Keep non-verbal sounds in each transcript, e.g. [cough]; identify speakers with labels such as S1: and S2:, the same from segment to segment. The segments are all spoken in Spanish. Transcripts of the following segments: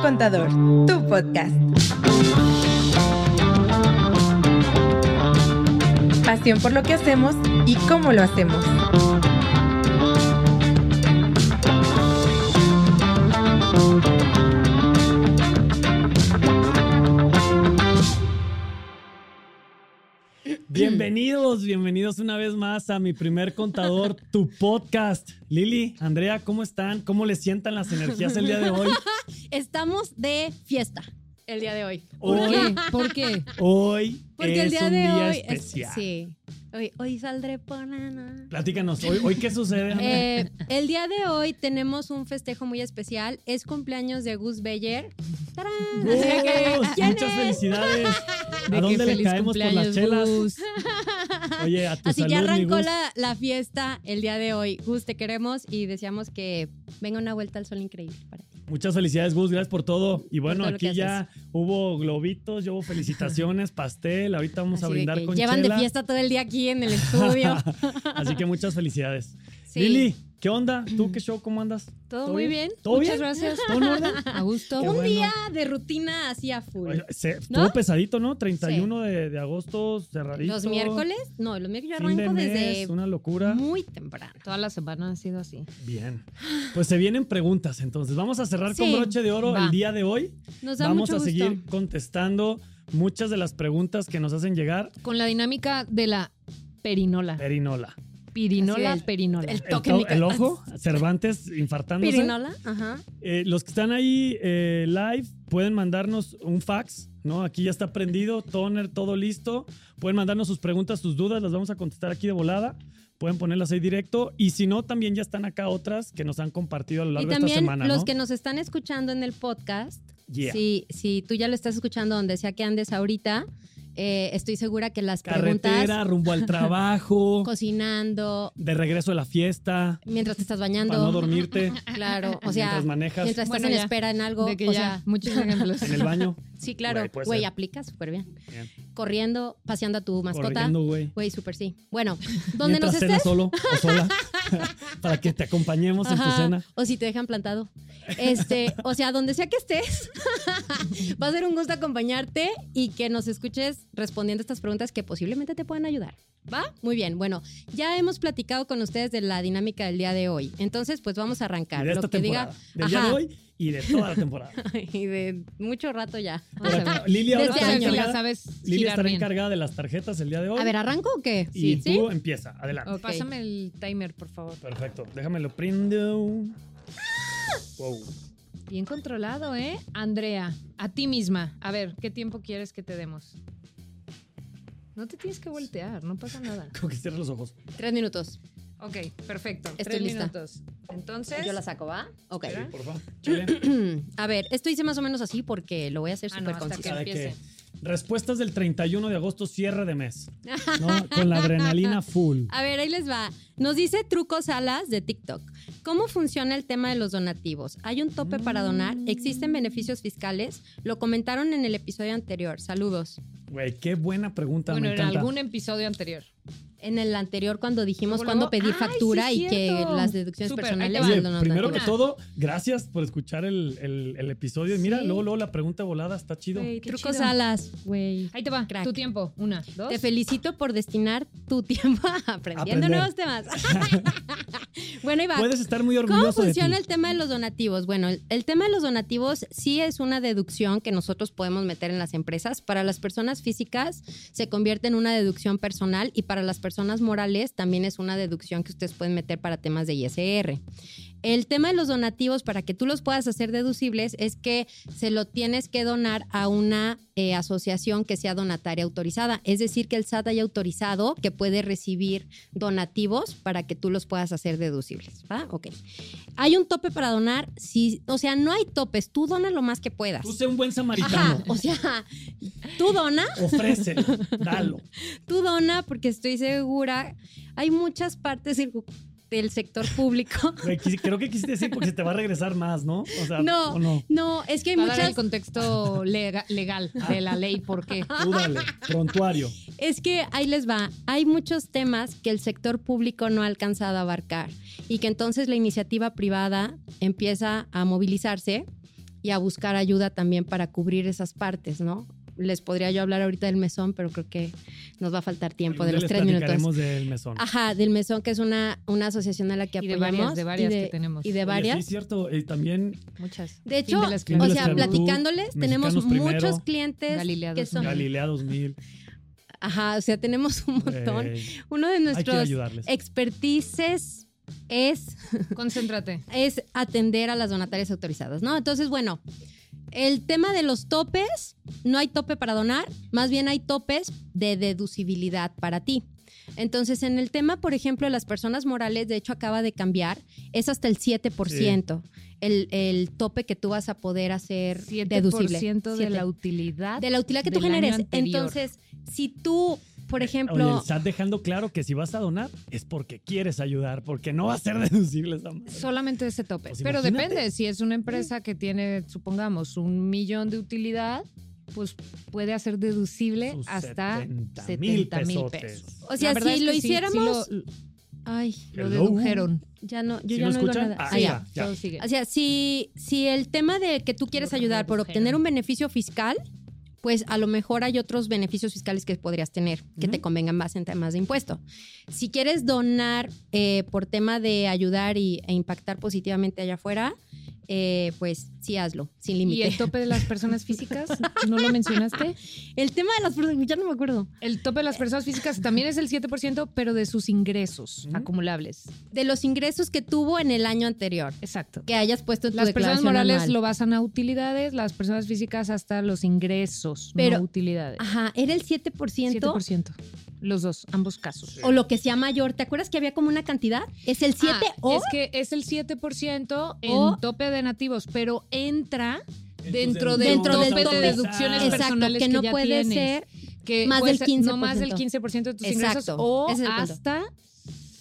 S1: Contador, tu podcast. Pasión por lo que hacemos y cómo lo hacemos.
S2: Bienvenidos, bienvenidos una vez más a mi primer
S3: [laughs]
S2: contador, tu podcast. Lili, Andrea, ¿cómo están? ¿Cómo les sientan las energías el día de hoy?
S3: Estamos de fiesta el día de hoy.
S4: ¿Por
S2: Hoy,
S4: qué? ¿Por qué?
S2: hoy
S3: Porque
S2: es
S3: el día
S2: un
S3: de
S2: día
S3: hoy es-
S2: especial.
S3: sí. Hoy, hoy saldré por la na-
S2: Platícanos, ¿hoy, hoy qué sucede? Andrea?
S3: Eh, el día de hoy tenemos un festejo muy especial. Es cumpleaños de Gus Beyer. ¡Tarán! Así de que,
S2: Gus,
S3: ¿quién
S2: muchas
S3: es?
S2: felicidades.
S4: De
S2: ¿A
S4: que
S2: dónde le
S4: feliz
S2: caemos por las
S4: cumpleaños,
S2: chelas?
S4: Gus.
S2: Oye,
S3: [laughs]
S2: a tu
S3: Así
S2: salud,
S3: que
S2: mi
S3: arrancó
S2: Gus.
S3: la, la fiesta el día de hoy. Gus, te queremos y deseamos que venga una vuelta al sol increíble para ti.
S2: Muchas felicidades, Gus, gracias por todo. Y bueno,
S3: todo lo
S2: aquí
S3: que
S2: ya hubo globitos, ya hubo felicitaciones, pastel. Ahorita vamos a
S3: Así de
S2: brindar
S3: que
S2: con
S3: llevan
S2: chela.
S3: de fiesta todo el día aquí en el
S2: [laughs]
S3: estudio.
S2: Así que muchas felicidades.
S3: Sí. [laughs]
S2: Lili, ¿qué onda? ¿Tú qué show? ¿Cómo andas?
S3: Todo muy bien.
S2: ¿Todo bien?
S3: Muchas gracias.
S2: ¿Todo en orden?
S3: [laughs]
S4: A gusto.
S2: Qué
S3: un
S2: bueno.
S3: día de rutina así a full.
S2: Oye, se- Estuvo
S3: ¿No?
S2: pesadito, ¿no? 31 de, de agosto, cerradito.
S3: Los miércoles, no, los miércoles yo
S2: fin de
S3: arranco
S2: mes,
S3: desde
S2: Una locura.
S3: muy temprano.
S4: Toda la semana ha sido así.
S2: Bien. Pues se vienen preguntas, entonces. Vamos a cerrar con
S3: Sí,
S2: broche de oro
S4: va.
S2: el día de hoy.
S3: Nos da
S2: Vamos
S3: mucho
S2: a
S3: gusto.
S2: seguir contestando muchas de las preguntas que nos hacen llegar.
S4: Con la dinámica de la perinola.
S2: Perinola.
S4: Pirinola,
S3: Así es.
S4: perinola.
S3: El
S2: El,
S3: toque
S2: to-
S3: en mi ca-
S2: el ojo, Cervantes infartándose.
S3: Pirinola, ajá.
S2: Eh, los que están ahí eh, live pueden mandarnos un fax, ¿no? Aquí ya está prendido, toner, todo listo. Pueden mandarnos sus preguntas, sus dudas, las vamos a contestar aquí de volada. Pueden ponerlas ahí directo. Y si no, también ya están acá otras que nos han compartido a lo
S3: Y
S2: largo de esta
S3: también
S2: semana,
S3: los
S2: ¿no?
S3: que nos están escuchando en el podcast,
S2: Yeah.
S3: si, si tú ya lo estás escuchando donde sea que andes ahorita, eh, estoy segura que las preguntas
S2: Carretera, rumbo al
S3: [laughs]
S2: trabajo,
S3: cocinando,
S2: de regreso a la fiesta,
S3: mientras te estás
S2: para no
S3: bañando,
S2: dormirte,
S3: claro, [laughs] o sea,
S2: mientras
S3: mientras,
S2: manejas,
S3: estás
S4: Bueno,
S3: en
S4: ya.
S3: espera en algo,
S4: de que
S3: o
S4: ya,
S3: sea,
S4: [laughs] muchos
S3: [laughs]
S4: ejemplos.
S2: en el baño.
S3: sí, claro,
S2: Güey, puede
S3: güey,
S2: ser.
S3: aplica súper bien.
S2: Bien.
S3: Corriendo, paseando a tu mascota.
S2: Corriendo, güey.
S3: Güey, súper sí.
S2: [laughs]
S3: Bueno, donde
S2: Mientras
S3: nos
S2: cenas
S3: estés.
S2: solo o sola, [laughs] para que te acompañemos en tu
S3: Ajá,
S2: cena.
S3: O si te dejan plantado. Este,
S2: [laughs]
S3: o sea, donde sea que estés, [laughs] va a ser un gusto acompañarte y que nos escuches respondiendo estas preguntas que posiblemente te puedan ayudar. ¿Va? Muy bien. Bueno, ya hemos platicado con ustedes de la dinámica del día de hoy. Entonces, pues vamos a arrancar.
S2: de
S3: Lo
S2: esta
S3: que
S2: temporada,
S3: diga.
S2: del día de
S3: Ajá.
S2: hoy y de toda la
S3: [laughs]
S2: temporada.
S3: Y de mucho rato ya.
S2: Por
S4: Vamos a
S2: acá,
S4: ver.
S2: Lili ahora
S3: Desde
S2: estará
S3: este año.
S4: si la
S2: encargada,
S4: sabes
S2: Lili
S4: girar
S2: estará
S4: bien.
S2: encargada de las tarjetas el día de hoy.
S3: A ver, ¿arranco o qué?
S2: y
S3: Sí.
S2: tú
S3: ¿Sí?
S2: empieza, adelante.
S3: Ok.
S4: Pásame el timer, por favor.
S2: Perfecto, déjamelo prendo. Wow.
S4: Bien controlado, ¿eh? Andrea, a ti misma. A ver, ¿qué tiempo quieres que te demos? No te tienes que voltear, no pasa nada.
S2: Como que cierra los ojos.
S3: Tres minutos.
S4: Ok, perfecto.
S3: Estoy
S4: Tres
S3: lista.
S4: minutos. Entonces,
S3: Yo la saco, ¿va? Ok.
S2: Sí, porfa. Chale.
S3: [clears throat] A ver, esto hice más o menos así porque lo voy a hacer
S4: Ah, no,
S3: súper
S4: hasta
S3: conciso.
S4: que
S2: Sabe
S4: empiece.
S2: que respuestas del 31 de agosto, cierre de mes.
S3: [laughs]
S2: ¿no? Con la adrenalina full.
S3: A ver, ahí les va. Nos dice Trucos Alas de TikTok. ¿Cómo funciona el tema de los donativos? ¿Hay un tope para donar? ¿Existen beneficios fiscales? Lo comentaron en el episodio anterior. Saludos.
S2: Güey, qué buena pregunta,
S4: bueno,
S2: me
S4: en
S2: encanta.
S4: algún episodio anterior.
S3: En el anterior, cuando dijimos
S4: Luego,
S3: cuándo
S4: luego,
S3: pedir
S4: ¡ay,
S3: factura
S4: sí
S3: y
S4: es
S3: que
S4: cierto!
S3: las deducciones
S4: Súper,
S3: personales
S4: ahí te
S2: Oye,
S3: van los
S2: primero que
S3: donativos.
S2: todo, gracias por escuchar el, el- el episodio. Y mira,
S3: Sí.
S2: luego, luego la pregunta volada está chido.
S4: Güey, qué
S3: Trucos
S4: chido.
S3: Alas, güey.
S4: Ahí te va,
S3: Crack.
S4: tu tiempo. Una, dos.
S3: Te felicito por destinar tu [laughs] tiempo a aprendiendo
S2: Aprender.
S3: nuevos temas. [laughs] bueno, ahí va.
S2: Puedes estar muy
S3: ¿Cómo
S2: orgulloso de ti.
S3: funciona el tema de los donativos? Bueno, el, el tema de los donativos sí es una deducción que nosotros podemos meter en las empresas. Para las personas físicas se convierte en una deducción personal y para las personas morales también es una deducción que ustedes pueden meter para temas de ISR. El tema de los donativos, para que tú los puedas hacer deducibles, es que se lo tienes que donar a una eh, asociación que sea donataria autorizada. Es decir, que el SAT haya autorizado que puede recibir donativos para que tú los puedas hacer deducibles. ¿Va? Ok. ¿Hay un tope para donar? Sí, o sea, no hay topes. Tú dona lo más que puedas.
S2: Tú sé un buen samaritano.
S3: Ajá, o sea, tú dona,
S2: Ofrece, dalo.
S3: tú dona, porque estoy segura, hay muchas partes del- del sector público. [laughs]
S2: Güey, quis- Creo que quisiste decir porque se te va a regresar más, ¿no? O sea,
S3: No.
S2: ¿o no?
S3: No, es que hay
S4: Para dar el
S3: muchas,
S4: contexto lega- legal de la ley, ¿por qué?
S2: Tú dale, prontuario.
S3: es que ahí les va, hay muchos temas que el sector público no ha alcanzado a abarcar y que entonces la iniciativa privada empieza a movilizarse y a buscar ayuda también para cubrir esas partes, ¿no? Les podría yo hablar ahorita del mesón, pero creo que nos va a faltar tiempo de
S2: Ya
S3: los
S2: les
S3: tres minutos.
S2: platicaremos del mesón.
S3: Ajá, del mesón, que es una, una asociación a la que
S4: [laughs] Y de
S3: apoyamos.
S4: varias, de varias
S3: y de-
S4: que tenemos.
S3: y de
S2: Oye,
S3: varias.
S2: Sí, es cierto. eh, también
S4: Muchas.
S3: De
S4: Fin
S3: hecho,
S4: la
S2: Fin de
S3: o
S2: la
S3: sea,
S2: esclavitud,
S3: platicándoles, tenemos
S2: mexicanos primero,
S3: muchos clientes
S4: Galilea
S3: que son...
S4: 2000.
S2: Galilea 2000.
S3: Ajá, o sea, tenemos un montón.
S2: eh,
S3: Uno de
S2: hay que
S3: nuestros
S2: ayudarles.
S3: expertices es,
S4: Concéntrate.
S3: es atender a las donatarias autorizadas, ¿no? Entonces, bueno, el tema de los topes, no hay tope para donar, más bien hay topes de deducibilidad para ti. Entonces, en el tema, por ejemplo, de las personas morales, de hecho, acaba de cambiar, es hasta el 7%. El, el tope que tú vas a poder hacer
S4: 7%
S3: deducible.
S4: de la
S3: Siete.
S4: utilidad.
S3: de la utilidad que tú
S4: del año
S3: generes.
S4: anterior.
S3: Entonces, si tú, por ejemplo,
S2: Oye, el SAT dejando claro que si vas a donar es porque quieres ayudar, porque no va a ser [laughs] deducible esa madre.
S4: Solamente ese tope.
S2: Pues
S4: Pero
S2: imagínate.
S4: depende, si es una empresa que tiene, supongamos, un millón de utilidad, pues puede hacer deducible
S2: Sus
S4: hasta
S2: 70,000
S4: 70 mil
S2: pesotes.
S4: pesos.
S3: O sea,
S4: La verdad
S3: si
S4: es que
S3: lo
S4: sí, sí
S3: hiciéramos-
S4: lo-
S3: ay,
S4: lo,
S2: Hello.
S4: dedujeron.
S3: ya no, yo
S2: ¿Sí
S3: ya
S2: nos
S3: no oigo
S2: escuchan?
S3: nada.
S2: Ah,
S3: Ah, ya.
S2: ya.
S4: Todo sigue.
S3: O sea, si, si el tema de que tú quieres
S4: Lo
S3: ayudar por
S4: redujeron.
S3: obtener un beneficio fiscal, pues a lo mejor hay otros beneficios fiscales que podrías tener que te
S2: Ujú.
S3: convengan más en temas de impuesto. Si quieres donar eh, por tema de ayudar y, e impactar positivamente allá afuera, eh, pues sí hazlo, sin
S4: ¿Y
S3: límite.
S4: el tope de las personas físicas? ¿No [laughs] lo mencionaste?
S3: El tema de las personas, ya no me acuerdo.
S4: El tope de las personas físicas también es el 7%, pero de sus ingresos
S2: Ujú.
S4: acumulables.
S3: De los ingresos que tuvo en el año anterior,
S4: Exacto.
S3: que hayas puesto en tu
S4: Las personas
S3: declaración
S4: morales
S3: anual.
S4: lo basan a utilidades, las personas físicas hasta los ingresos,
S3: Pero- ah,
S4: no utilidades.
S3: Ajá, era el 7%,
S4: 7%. Los dos, ambos casos.
S3: o lo que sea mayor. ¿Te acuerdas que había como una cantidad? Es el 7
S4: Ah,
S3: o
S4: Es que es el 7% en
S3: O-
S4: tope de nativos, pero entra
S2: En tus
S4: dentro del
S3: Dentro
S4: tope
S3: del
S4: de
S3: tope.
S4: deducciones
S2: Exacto,
S4: personales
S3: que
S4: que,
S3: no
S4: ya
S3: puede
S4: tienes.
S3: ser.
S4: que
S3: más
S4: puede
S3: del
S4: ser No más del
S3: 15%.
S4: 15% de tus
S3: Exacto,
S4: ingresos o
S3: ese es el punto.
S4: hasta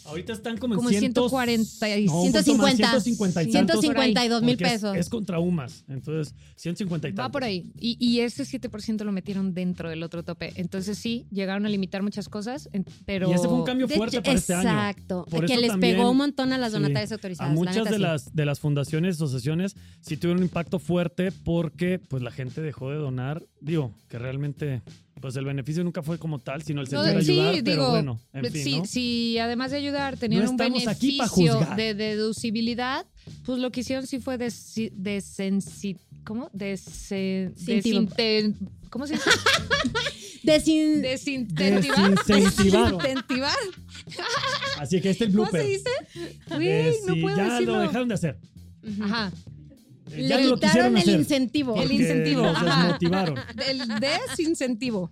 S2: Ahorita están como en
S4: como
S2: 100,
S4: 140 y
S2: no, un poquito más,
S3: 150,
S2: 150 y tantos,
S3: 152 mil
S2: porque es-
S3: pesos.
S2: Es, contra UMAS, entonces 150 y
S4: Va
S2: tantos.
S4: por ahí. Y, y ese 7% lo metieron dentro del otro tope. Entonces sí, llegaron a limitar muchas cosas, en- pero...
S2: Y ese fue un cambio
S3: De
S2: fuerte
S3: hecho,
S2: para este año.
S3: Exacto.
S2: Por
S3: que
S2: eso
S3: les
S2: también-
S3: pegó un montón a las
S2: sí,
S3: donatarias
S2: A
S3: autorizadas. la
S2: muchas
S3: neta,
S2: de
S3: sí.
S2: las, de las fundaciones, asociaciones, sí tuvieron un impacto fuerte porque pues la gente dejó de donar. Digo, que realmente pues el beneficio nunca fue como tal, sino el
S4: No,
S2: sentido de
S4: sí,
S2: ayudar, pero
S4: digo,
S2: bueno, en fin,
S4: si,
S2: ¿no?
S4: si Pues además de ayudar tenían
S2: No
S4: un
S2: estamos aquí pa'
S4: beneficio
S2: juzgar.
S4: de deducibilidad, pues lo que hicieron sí fue desi- desensi- ¿cómo? Desen-
S3: Incentivo.
S4: desinte-
S2: [laughs]
S4: ¿Cómo se dice?
S3: Desin-
S4: Desincentivar.
S2: Desincentivaron.
S4: [laughs] Desincentivar.
S2: Así que este es el
S4: ¿Cómo se
S2: blooper.
S4: dice? Uy,
S2: Eh,
S4: no
S2: sí,
S4: puedo
S2: ya
S4: decirlo.
S2: lo dejaron de hacer.
S3: Ujú.
S4: Ajá.
S2: Eh,
S3: Le
S2: ya no lo
S3: quitaron
S2: quisieron
S3: el
S2: hacer.
S3: incentivo.
S4: El
S2: porque
S4: incentivo.
S2: Los
S3: [laughs]
S4: Ajá.
S2: desmotivaron.
S4: El desincentivo.
S2: Incentivo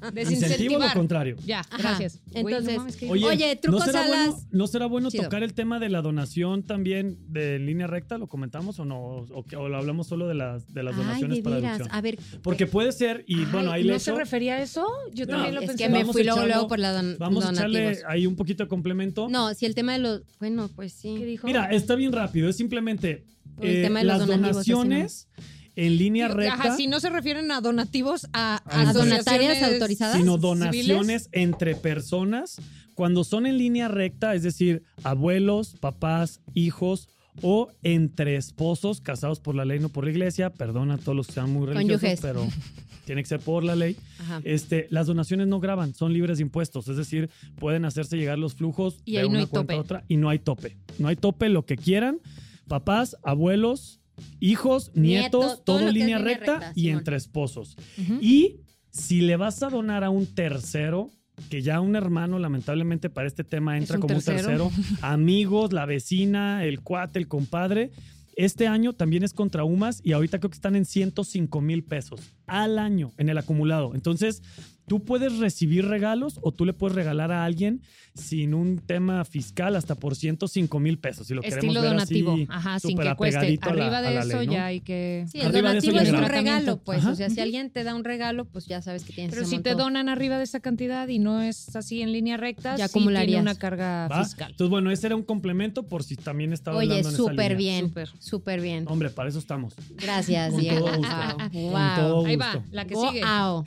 S2: lo
S4: Desincentivar.
S2: contrario.
S4: Ya,
S3: Ajá.
S4: gracias. Güey,
S3: Entonces,
S4: mames, qué-
S3: Oye, trucos
S2: ¿no será
S3: a
S2: bueno,
S3: las-
S2: ¿no será bueno
S3: Chido.
S2: tocar el tema de la donación también de línea recta? ¿Lo comentamos o no? ¿O, o lo hablamos solo de las, de las
S3: Ay,
S2: donaciones
S3: de
S2: para
S3: veras. Ah,
S2: deducción?
S3: A ver,
S2: Porque puede ser, y
S4: Ay,
S2: bueno, ahí le
S4: ¿No se
S2: echo-
S4: refería a eso? Yo
S2: No,
S4: también lo
S3: es
S4: pensé.
S3: que me
S2: Vamos
S3: fui luego,
S2: echando-
S3: luego por la don-
S2: Vamos a echarle
S3: donativos.
S2: ahí un poquito de complemento.
S3: No, si el tema de los... Bueno, pues
S4: ¿Qué
S3: sí.
S4: dijo?
S2: Mira, está bien rápido. Es simplemente
S3: Por el
S2: eh,
S3: tema de los
S2: las
S3: donativos, así no.
S2: donaciones en línea
S4: Digo,
S2: recta.
S4: Ajá, si no se refieren a donativos, a,
S2: A
S4: a
S3: donatarias
S4: asociaciones
S3: autorizadas.
S2: sino
S4: civiles.
S2: donaciones entre personas cuando son en línea recta, es decir, abuelos, papás, hijos o entre esposos casados por la ley, no por la iglesia. Perdona a todos los que sean muy religiosos,
S3: Cónyuges.
S2: pero [laughs] tiene que ser por la ley.
S3: Ajá.
S2: Este, las donaciones no graban, son libres de impuestos, es decir, pueden hacerse llegar los flujos
S4: Y
S2: de
S4: ahí no
S2: una
S4: hay
S2: cuenta a
S4: tope.
S2: otra y no hay tope. No hay tope, lo que quieran, papás, abuelos, hijos,
S3: Nieto,
S2: nietos, todo,
S3: todo lo que
S2: en
S3: es
S2: línea
S3: línea
S2: recta,
S3: recta,
S2: y
S3: Simón.
S2: entre esposos.
S4: Ujú.
S2: Y si le vas a donar a un tercero, que ya un hermano lamentablemente para este tema entra
S4: un
S2: como
S4: tercero. [laughs]
S2: un tercero, amigos, la vecina, el cuate, el compadre, este año también es contra UMAS y ahorita creo que están en 105 mil pesos al año en el acumulado. Entonces, tú puedes recibir regalos o tú le puedes regalar a alguien sin un tema fiscal hasta por 105 mil pesos. Si lo
S4: Estilo
S2: queremos ver
S4: donativo.
S2: así,
S4: Ajá, sin
S2: súper
S4: que cueste.
S2: apegadito a la-
S4: Arriba
S2: a
S4: de
S2: la
S4: eso
S2: ley, ¿no?
S4: ya hay que.
S3: Sí, el
S2: Arriba de eso
S3: donativo
S2: ya
S3: es un
S2: graba.
S3: regalo, pues.
S2: Ajá.
S3: O sea, si alguien te da un regalo, pues ya sabes que tienes
S4: Pero
S3: ese
S4: si te
S3: monto.
S4: donan arriba de esa cantidad y no es así en línea recta,
S3: Ya
S4: sí tiene
S3: acumularías.
S4: una carga
S2: ¿va?
S4: fiscal.
S2: Entonces, bueno, ese era un complemento por si también estaba
S3: Oye,
S2: hablando en esa
S3: súper
S2: línea.
S3: bien.
S4: Súper.
S3: Súper bien.
S2: Hombre, para eso estamos.
S3: Gracias,
S2: Con
S3: Diego.
S2: todo gusto.
S3: Wow.
S2: Con todo gusto.
S4: Ahí va, la que sigue.
S3: Wow.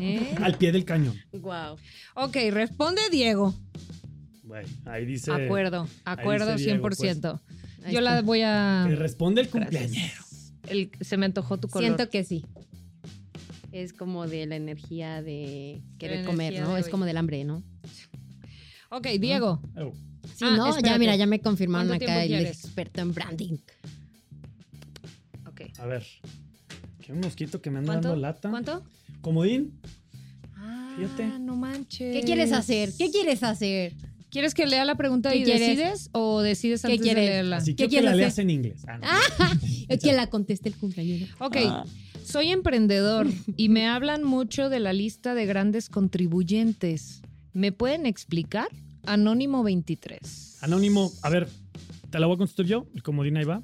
S4: ¿Eh?
S2: Al pie del cañón.
S3: Wow.
S4: Ok, responde Diego.
S2: Güey, ahí dice.
S4: Acuerdo, acuerdo
S2: dice Diego, pues.
S4: 100%.
S3: Ahí
S4: Yo la
S3: está.
S4: voy a.
S2: que responde el
S4: Gracias.
S2: cumpleañero.
S4: el- se me antojó tu color.
S3: Siento que sí. Es como de la energía de querer comer,
S4: energía
S3: ¿no?
S4: de
S3: Es
S4: hoy.
S3: como del hambre, ¿no?
S4: Ok, Diego.
S2: Oh.
S3: Sí,
S4: Ah,
S3: no, ya
S4: espérate.
S3: mira, ya me confirmaron
S4: ¿Cuánto
S3: acá
S4: tiempo
S3: el
S4: quieres?
S3: experto en branding.
S4: Ok.
S2: A ver. Que un mosquito que me anda
S4: ¿Cuánto?
S2: dando lata.
S4: ¿Cuánto?
S2: Comodín.
S4: Ah,
S2: Fíjate.
S4: no manches.
S3: ¿Qué quieres hacer? ¿Qué quieres hacer?
S4: ¿Quieres que lea la pregunta
S3: ¿Qué
S4: y
S3: quieres?
S4: decides o decides
S3: ¿Qué
S4: antes de
S3: quieres?
S4: leerla?
S2: Así
S3: ¿Qué
S2: que que la
S3: quieres
S2: leas en inglés. Ah, no.
S3: El que la conteste el cumpleañero.
S4: Ok, soy emprendedor y me hablan mucho de la lista de grandes contribuyentes. ¿Me pueden explicar? Anónimo 23.
S2: Anónimo, a ver, te la voy a contestar yo, el comodín ahí va.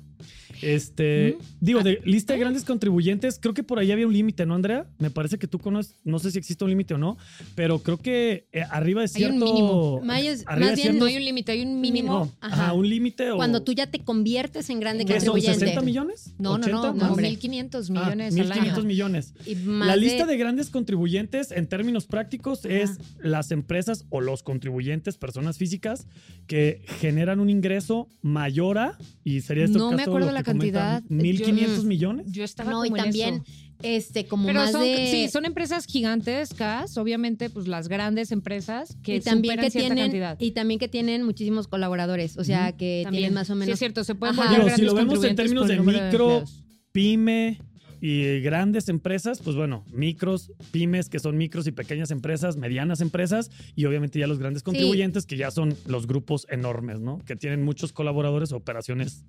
S2: Este, digo, de lista de grandes contribuyentes, creo que por ahí había un límite, ¿no, Andrea? Me parece que tú conoces, no sé si existe un límite o no, pero creo que eh, arriba de
S4: Hay
S2: cierto...
S4: un mínimo.
S3: Mayos-
S2: Arriba
S3: más
S2: de
S3: bien
S2: ciertos-
S4: No hay un límite, hay un mínimo.
S2: No, ajá, un límite o...
S3: Cuando tú ya te conviertes en grande
S2: ¿Qué son,
S3: contribuyente.
S2: 60 millones?
S4: No, no,
S2: 80,
S4: no,
S3: No,
S4: como
S3: hombre.
S4: 1.500
S2: Ah,
S4: millones al
S2: 1.500
S4: año.
S2: millones.
S3: Y más
S2: La lista de grandes contribuyentes en términos prácticos es las empresas o los contribuyentes, personas físicas, que generan un ingreso mayor a, y sería este esto
S4: No me acuerdo la cantidad. Yo-
S2: 1.500 millones.
S4: Yo estaba
S3: No, y
S4: como en
S3: también
S4: eso.
S3: este, como
S4: Pero
S3: más
S4: son,
S3: de...
S4: sí, son empresas gigantescas, obviamente, pues las grandes empresas que
S3: y también
S4: superan
S3: que
S4: cierta
S3: tienen
S4: cantidad.
S3: y también que tienen muchísimos colaboradores o sea
S2: Ujú.
S3: que
S4: También.
S3: tienen más o
S4: Sí,
S3: menos
S4: es cierto, se pueden
S3: Ajá.
S4: volver
S2: Digo, si
S4: grandes
S2: lo vemos en
S4: contribuyentes
S2: términos
S4: por
S2: de
S4: número
S2: micro-
S4: empleados.
S2: pyme y grandes empresas, pues bueno, micros, pymes, que son micros y pequeñas empresas, medianas empresas, y obviamente ya los grandes contribuyentes, que ya son los grupos enormes, ¿no? Que tienen muchos colaboradores, operaciones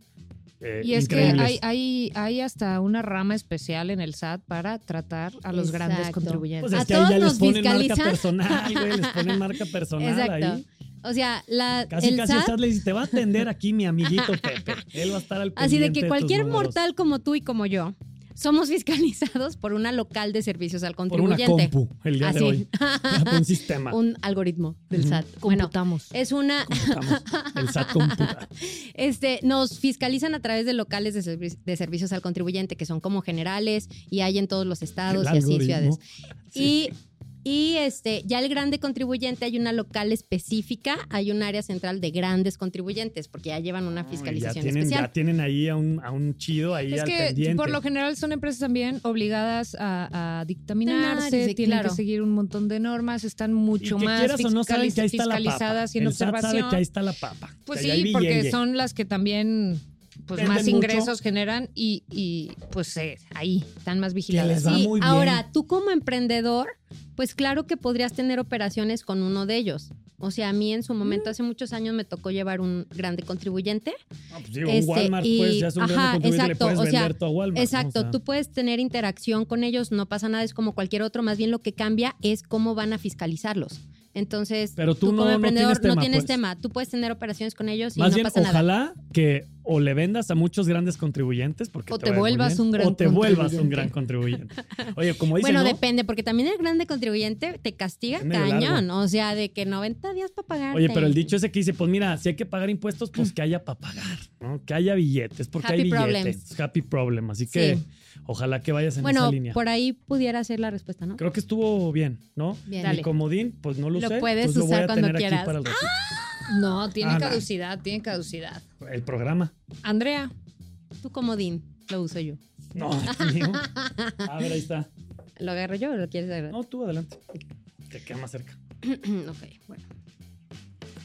S2: eh,
S4: Y es
S2: increíbles.
S4: que hay, hay, hay hasta una rama especial en el SAT para tratar a los grandes
S3: Exacto.
S4: contribuyentes.
S2: Pues es
S3: a
S2: que ahí
S3: todos
S2: ya les
S3: nos
S2: ponen
S3: fiscaliza.
S2: marca personal, güey, les ponen
S3: [laughs]
S2: marca personal
S3: exacto
S2: ahí.
S3: o sea la
S2: Casi,
S3: el
S2: casi
S3: SAT
S2: el SAT le dice, te va a atender aquí mi amiguito Pepe. Él va a estar al
S3: así de
S2: pendiente
S3: que
S2: tus
S3: cualquier
S2: números.
S3: mortal como tú y como yo somos [laughs] fiscalizados por una local de servicios al
S2: Por una
S3: contribuyente
S2: compu el día
S3: así
S2: de
S3: [laughs]
S2: hoy. Por un sistema.
S3: un algoritmo del
S2: Ujú.
S3: SAT bueno
S4: Pues, Computamos.
S3: es una
S2: Computamos. El
S3: [laughs]
S2: SAT computa.
S3: Este, nos fiscalizan a través de locales de, servi- de servicios al contribuyente, que son como generales y hay en todos los estados
S2: El
S3: y así en
S2: algoritmo.
S3: ciudades.
S2: Sí.
S3: Y, y este, ya el grande contribuyente, hay una local específica, hay un área central de grandes contribuyentes, porque ya llevan una
S2: No, y
S3: fiscalización
S2: ya tienen,
S3: especial.
S2: Ya tienen ahí a un, a un chido ahí
S4: Es
S2: al
S4: que
S2: pendiente.
S4: por lo general son empresas también obligadas a, a dictaminarse,
S3: Dictaminarse,
S4: tienen
S3: claro.
S4: que seguir un montón de normas, están
S2: Y
S4: mucho
S2: que
S4: más
S2: quieras o no saben
S4: fiscaliz-
S2: que ahí está la papa.
S4: fiscalizadas y en
S2: el SAT
S4: observación.
S2: sabe que ahí está la papa.
S4: Pues
S2: que ahí hay
S4: sí, porque
S2: billengue.
S4: son las que también pues
S2: Venden
S4: más
S2: mucho.
S4: ingresos generan y, y, pues eh, ahí están más vigiladas.
S2: les va
S3: Sí,
S2: Ah, muy bien.
S3: ahora, tú como emprendedor, pues claro que podrías tener operaciones con uno de ellos. O sea, a mí en su
S2: Mm.
S3: momento, hace muchos años, me tocó llevar un grande contribuyente.
S2: Ah, pues digo, un
S3: este,
S2: Walmart,
S3: y-
S2: pues ya es un grande
S3: ajá,
S2: contribuyente,
S3: exacto,
S2: le puedes
S3: o sea,
S2: vender tú a Walmart. ¿no? O
S3: Exacto,
S2: sea,
S3: tú puedes tener interacción con ellos, no pasa nada, es como cualquier otro, más bien lo que cambia es cómo van a fiscalizarlos. Entonces,
S2: Pero tú no-
S3: como
S2: no
S3: emprendedor
S2: tienes tema,
S3: no tienes
S2: pues.
S3: tema, tú puedes tener operaciones con ellos y
S2: Más
S3: no
S2: bien,
S3: pasa nada.
S2: ojalá que o le vendas a muchos grandes contribuyentes porque
S4: O
S2: te
S4: te
S2: va a ir muy
S4: vuelvas
S2: bien,
S4: un gran
S2: o te vuelvas un
S4: contribuyente.
S2: gran contribuyente. Oye, como dicen,
S3: Bueno,
S2: ¿no?
S3: depende, porque también el grande contribuyente te castiga
S2: Es medio
S3: cañón, o sea, de que 90 días para pagar.
S2: Oye, pero el dicho ese que dice, pues mira, si hay que pagar impuestos, pues que haya para pagar, ¿no? Que haya billetes, porque hay
S3: Happy
S2: billetes.
S3: problems.
S2: Happy problem. Así que
S3: Sí.
S2: ojalá que vayas en
S3: Bueno,
S2: esa línea.
S3: por ahí pudiera ser la respuesta, ¿no?
S2: Creo que estuvo bien, ¿no?
S3: Bien.
S2: Mi
S3: Dale.
S2: comodín, pues no lo,
S3: Lo
S2: sé.
S3: puedes
S2: entonces lo voy
S3: usar
S2: a
S3: cuando
S2: tener aquí
S3: quieras. ¡Ah!
S2: para el ratito.
S4: No, tiene
S2: Ah, no.
S4: caducidad, tiene caducidad.
S2: El programa.
S4: Andrea,
S3: Tu comodín lo uso yo.
S2: No, [laughs] mío. A ver, ahí está.
S3: ¿Lo agarro yo o lo quieres agarrar?
S2: No, tú adelante. Te queda más cerca.
S3: [clears throat] ok, bueno.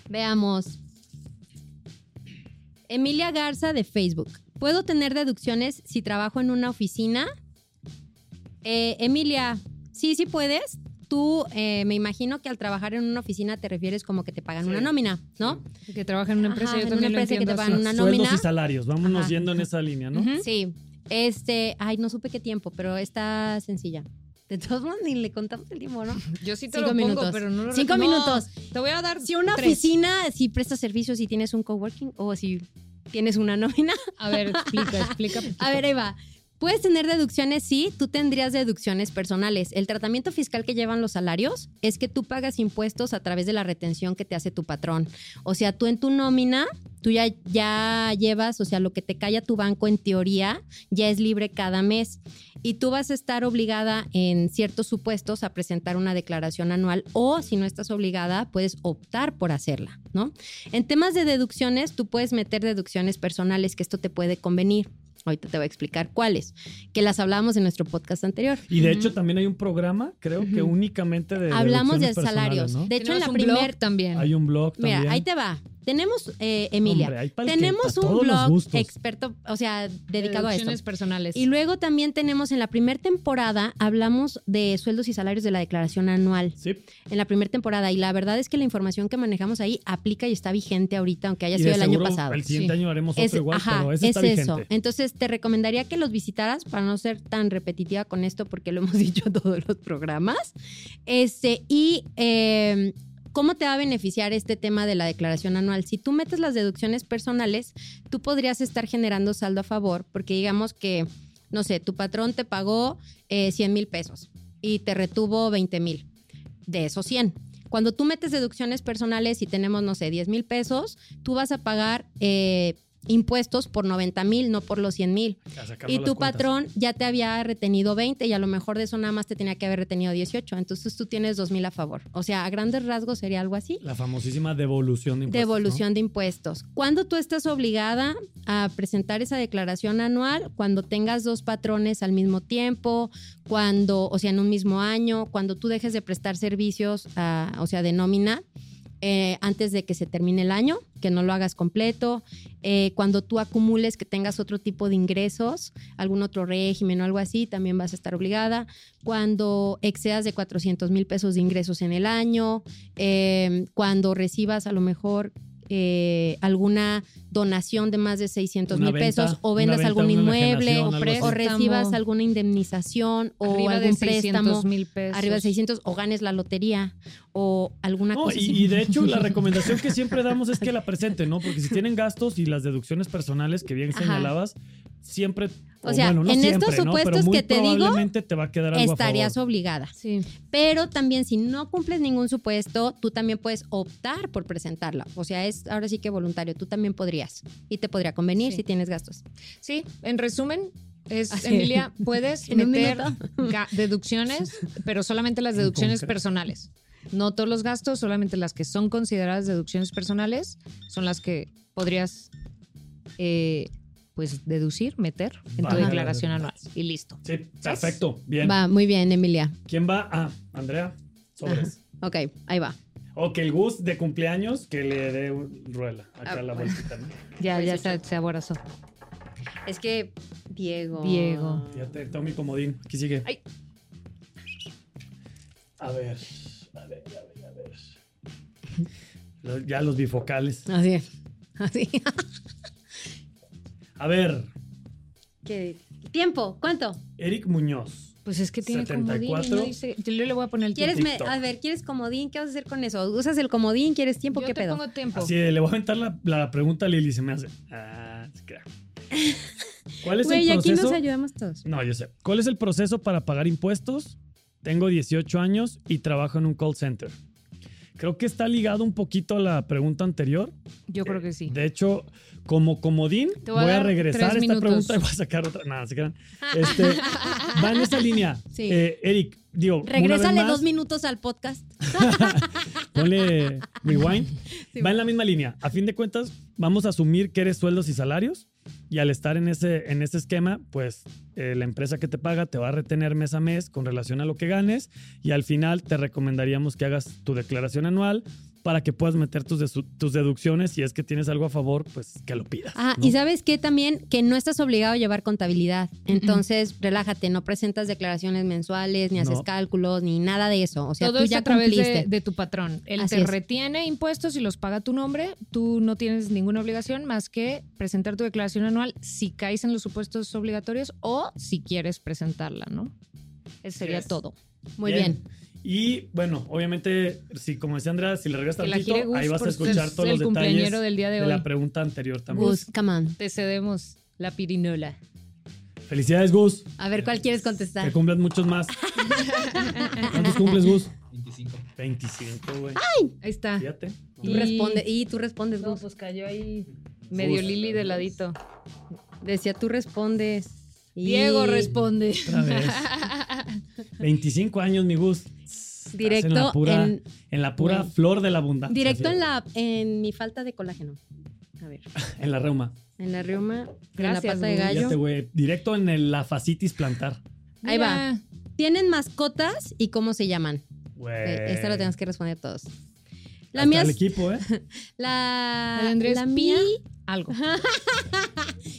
S3: Veamos. Emilia Garza de Facebook. ¿Puedo tener deducciones si trabajo en una oficina? Eh, Emilia, sí, sí puedes. Tú, eh, me imagino que al trabajar en una oficina te refieres como que te pagan
S2: Sí.
S3: una nómina, ¿no?
S4: que trabaja en una empresa,
S3: Ajá,
S4: yo
S3: en
S4: también
S3: una empresa
S4: lo
S3: que
S4: entiendo
S3: te
S4: así.
S3: pagan una
S2: Sueldos
S3: nómina.
S2: y salarios. Vámonos
S3: Ajá.
S2: yendo en esa línea, ¿no?
S4: Ujú.
S3: Sí. Este, ay, no supe qué tiempo, pero está sencilla. De todos modos, ni le contamos el tiempo,
S4: [laughs]
S3: ¿no?
S4: Yo sí te
S3: Cinco
S4: lo pongo,
S3: minutos.
S4: pero no lo
S3: Cinco
S4: recu- No,
S3: minutos.
S4: Te voy a dar
S3: Si una
S4: tres.
S3: oficina, si prestas servicios, si tienes un coworking o si tienes una nómina.
S4: A ver, explica, explica. poquito.
S3: [laughs] A ver, Eva. Puedes tener deducciones, sí, tú tendrías deducciones personales. El tratamiento fiscal que llevan los salarios es que tú pagas impuestos a través de la retención que te hace tu patrón. O sea, tú en tu nómina, tú ya, ya llevas, o sea, lo que te calla tu banco en teoría ya es libre cada mes. Y tú vas a estar obligada en ciertos supuestos a presentar una declaración anual o si no estás obligada, puedes optar por hacerla, ¿no? En temas de deducciones, tú puedes meter deducciones personales, que esto te puede convenir. Ahorita te voy a explicar cuáles, que las hablábamos en nuestro podcast anterior.
S2: Y de hecho también hay un programa, creo que
S3: Ujú.
S2: únicamente de
S3: Hablamos de
S2: deducciones personales,
S3: salarios.
S2: ¿no?
S3: De hecho, en
S4: Tenemos
S3: la
S4: un blog
S3: primer...
S4: también.
S2: Hay un blog también.
S3: Mira, ahí te va. Tenemos, eh, Emilia,
S2: Hombre, hay pa'l que-
S3: tenemos
S2: pa'
S3: un
S2: todos los
S3: blog
S2: gustos.
S3: experto, o sea, dedicado a
S4: Deducciones
S3: esto.
S4: personales.
S3: Y luego también tenemos en la primera temporada, hablamos de sueldos y salarios de la declaración anual.
S2: Sí.
S3: En la primera temporada. Y la verdad es que la información que manejamos ahí aplica y está vigente ahorita, aunque haya
S2: Y de
S3: sido el año
S2: seguro
S3: pasado.
S2: El siguiente
S4: sí.
S2: año haremos otro
S3: Es-
S2: igual,
S3: ajá,
S2: pero ese
S3: es
S2: está
S3: eso.
S2: vigente.
S3: Entonces te recomendaría que los visitaras para no ser tan repetitiva con esto porque lo [laughs] hemos dicho en todos los programas. Este, y eh, cómo te va a beneficiar este tema de la declaración anual. Si tú metes las deducciones personales, tú podrías estar generando saldo a favor porque digamos que, no sé, tu patrón te pagó eh, 100 mil pesos y te retuvo 20 mil. De esos 100. Cuando tú metes deducciones personales y tenemos, no sé, 10 mil pesos, tú vas a pagar eh, impuestos por 90 mil, no por los 100 mil.
S2: A sacarnos
S3: Y
S2: las
S3: tu
S2: cuentas.
S3: patrón ya te había retenido 20 y a lo mejor de eso nada más te tenía que haber retenido 18. Entonces tú tienes 2 mil a favor. O sea, a grandes rasgos sería algo así.
S2: La famosísima devolución de impuestos.
S3: Devolución de impuestos. ¿Cuándo tú estás obligada a presentar esa declaración anual? Cuando tengas dos patrones al mismo tiempo, cuando, o sea, en un mismo año, cuando tú dejes de prestar servicios, ah, o sea, de nómina, eh, antes de que se termine el año, que no lo hagas completo, eh, cuando tú acumules que tengas otro tipo de ingresos, algún otro régimen o algo así, también vas a estar obligada, cuando excedas de 400 mil pesos de ingresos en el año, eh, cuando recibas a lo mejor... eh, alguna donación de más de 600
S2: Una
S3: mil
S2: venta,
S3: pesos o
S2: una
S3: vendas
S2: venta,
S3: algún
S2: una
S3: inmueble
S2: enajenación,
S3: o,
S2: algo
S3: pre-
S2: así.
S3: o recibas alguna indemnización o
S4: arriba de
S3: algún
S4: 600
S3: préstamo
S4: mil pesos.
S3: arriba de 600 o ganes la lotería o alguna
S2: No,
S3: cosa
S2: y,
S3: así.
S2: y de
S3: [laughs]
S2: hecho la recomendación que siempre damos es que la presenten, ¿no? Porque si tienen gastos y las deducciones personales que bien
S3: Ajá.
S2: señalabas, siempre...
S3: O sea, en estos
S2: ¿no?
S3: supuestos
S2: Pero muy
S3: que te digo,
S2: probablemente te va a quedar algo
S3: estarías
S2: a favor.
S3: obligada.
S4: Sí.
S3: Pero también si no cumples ningún supuesto, tú también puedes optar por presentarla. O sea, es ahora sí que voluntario, tú también podrías y te podría convenir
S4: Sí.
S3: si tienes gastos.
S4: Sí, en resumen, es,
S3: Así.
S4: Emilia, [laughs] puedes
S3: En un
S4: meter
S3: minuto.
S4: ga- deducciones, pero solamente las
S2: En
S4: deducciones
S2: concreto.
S4: personales. No todos los gastos, solamente las que son consideradas deducciones personales son las que podrías eh, pues deducir, meter en tu
S2: Vale.
S4: declaración anual. Y listo.
S2: Sí, perfecto. Bien.
S3: Va, muy bien, Emilia.
S2: ¿Quién va? Ah, Andrea. Sobres.
S3: Ok, ahí va.
S2: O que el Gus de cumpleaños que le dé un- ruela acá
S3: Ah,
S2: la
S3: bueno.
S2: vueltita, ¿no?
S4: Ya, ya se, se aborazó.
S3: Es que Diego.
S4: Diego.
S2: Ya te tengo mi comodín. Aquí sigue.
S4: Ay.
S2: A ver, a ver, a ver, a ver. Los- ya los bifocales.
S3: Así es. [laughs] Así.
S2: A ver,
S3: ¿Qué? Tiempo, ¿cuánto?
S2: Eric Muñoz.
S4: Pues es que tiene comodín y
S2: 74.
S4: no dice- Yo le voy a poner el
S3: ¿Quieres
S4: tiempo.
S3: me-
S2: TikTok.
S3: a ver, ¿quieres comodín? ¿Qué vas a hacer con eso? ¿Usas el comodín? ¿Quieres tiempo?
S4: Yo
S3: ¿Qué
S4: te
S3: pedo?
S4: pongo tiempo.
S2: Así de, le voy a aventar la, la pregunta a Lili, se me hace. Ah, se crea. ¿Cuál es
S3: Güey,
S2: el
S3: aquí
S2: proceso?
S3: nos ayudamos todos.
S2: No, yo sé. ¿Cuál es el proceso para pagar impuestos? Tengo 18 años y trabajo en un call center. Creo que está ligado un poquito a la pregunta anterior.
S4: Yo creo que sí.
S2: De hecho, como comodín,
S4: Te
S2: voy
S4: voy a
S2: a,
S4: dar
S2: regresar a
S4: tres
S2: esta
S4: minutos.
S2: pregunta y voy a sacar otra. Nada, se crean. Este, va en esa
S4: [laughs]
S2: línea.
S3: Sí.
S2: Eh, Eric, digo, una vez
S3: Regrésale
S2: más,
S3: dos minutos al podcast.
S2: Ponle
S4: [laughs]
S2: rewind.
S3: Sí,
S2: va
S3: va.
S2: en la misma línea. A fin de cuentas, vamos a asumir que eres sueldos y salarios. Y al estar en ese, en ese esquema, pues eh, la empresa que te paga te va a retener mes a mes con relación a lo que ganes. Y al final te recomendaríamos que hagas tu declaración anual para que puedas meter tus, desu- tus deducciones. Si es que tienes algo a favor, pues que lo pidas.
S3: Ah,
S2: ¿no?
S3: y sabes qué también, que no estás obligado a llevar contabilidad. Entonces, relájate, no presentas declaraciones mensuales, ni haces
S2: No.
S3: cálculos, ni nada de eso. O sea,
S4: Todo
S3: tú
S4: esto
S3: ya
S4: a través de,
S3: cumpliste.
S4: de tu patrón. Él
S3: Así
S4: te
S3: es.
S4: retiene impuestos y los paga tu nombre. Tú no tienes ninguna obligación más que presentar tu declaración anual si caes en los supuestos obligatorios o si quieres presentarla, ¿no? Eso sería
S2: es.
S4: todo.
S3: Muy bien.
S2: Y bueno, obviamente, si como decía Andrea, si le regresas
S4: Que la
S2: tantito,
S4: gire Gus
S2: ahí vas a
S4: por
S2: escuchar todos
S4: ser
S2: los
S4: el
S2: detalles
S4: cumpleañero del día de
S2: de,
S4: hoy.
S2: la pregunta anterior también.
S3: Gus, come on.
S4: Te cedemos la pirinola.
S2: Felicidades, Gus.
S3: A ver, ¿cuál quieres
S2: Que
S3: contestar?
S2: cumplan muchos
S3: [laughs]
S2: más. ¿Cuántos cumples, Gus?
S5: 25.
S2: 25, güey.
S3: Ah.
S4: Ahí está.
S2: Fíjate. No,
S3: Tú
S4: Y-
S3: responde, y tú respondes,
S4: No,
S3: Gus.
S4: pues cayó ahí medio
S2: Gus.
S4: Lili de ladito.
S3: Decía, tú respondes. Y-
S4: Diego responde.
S2: otra vez. 25 años, mi Gus. Estás
S3: Directo
S2: en la pura, Ah,
S3: en-
S2: en la pura
S3: Uy.
S2: flor de la abundancia.
S3: Directo en
S2: fíjate.
S3: la en mi falta de colágeno. A ver.
S2: En la reuma.
S3: En la riuma, en la
S4: Gracias,
S3: pata de
S4: güey.
S3: gallo.
S2: Fíjate, güey, directo en el, la facitis plantar.
S3: Ahí va.
S4: Mira.
S3: ¿Tienen mascotas y cómo se llaman?
S2: Güey.
S3: Eh, Esta lo tenemos que responder todos. La
S2: Hasta
S3: mía
S2: el
S3: es. [laughs]
S2: equipo, ¿eh?
S3: La,
S4: El Andrés
S3: la
S4: Pi.
S3: mía
S4: Algo.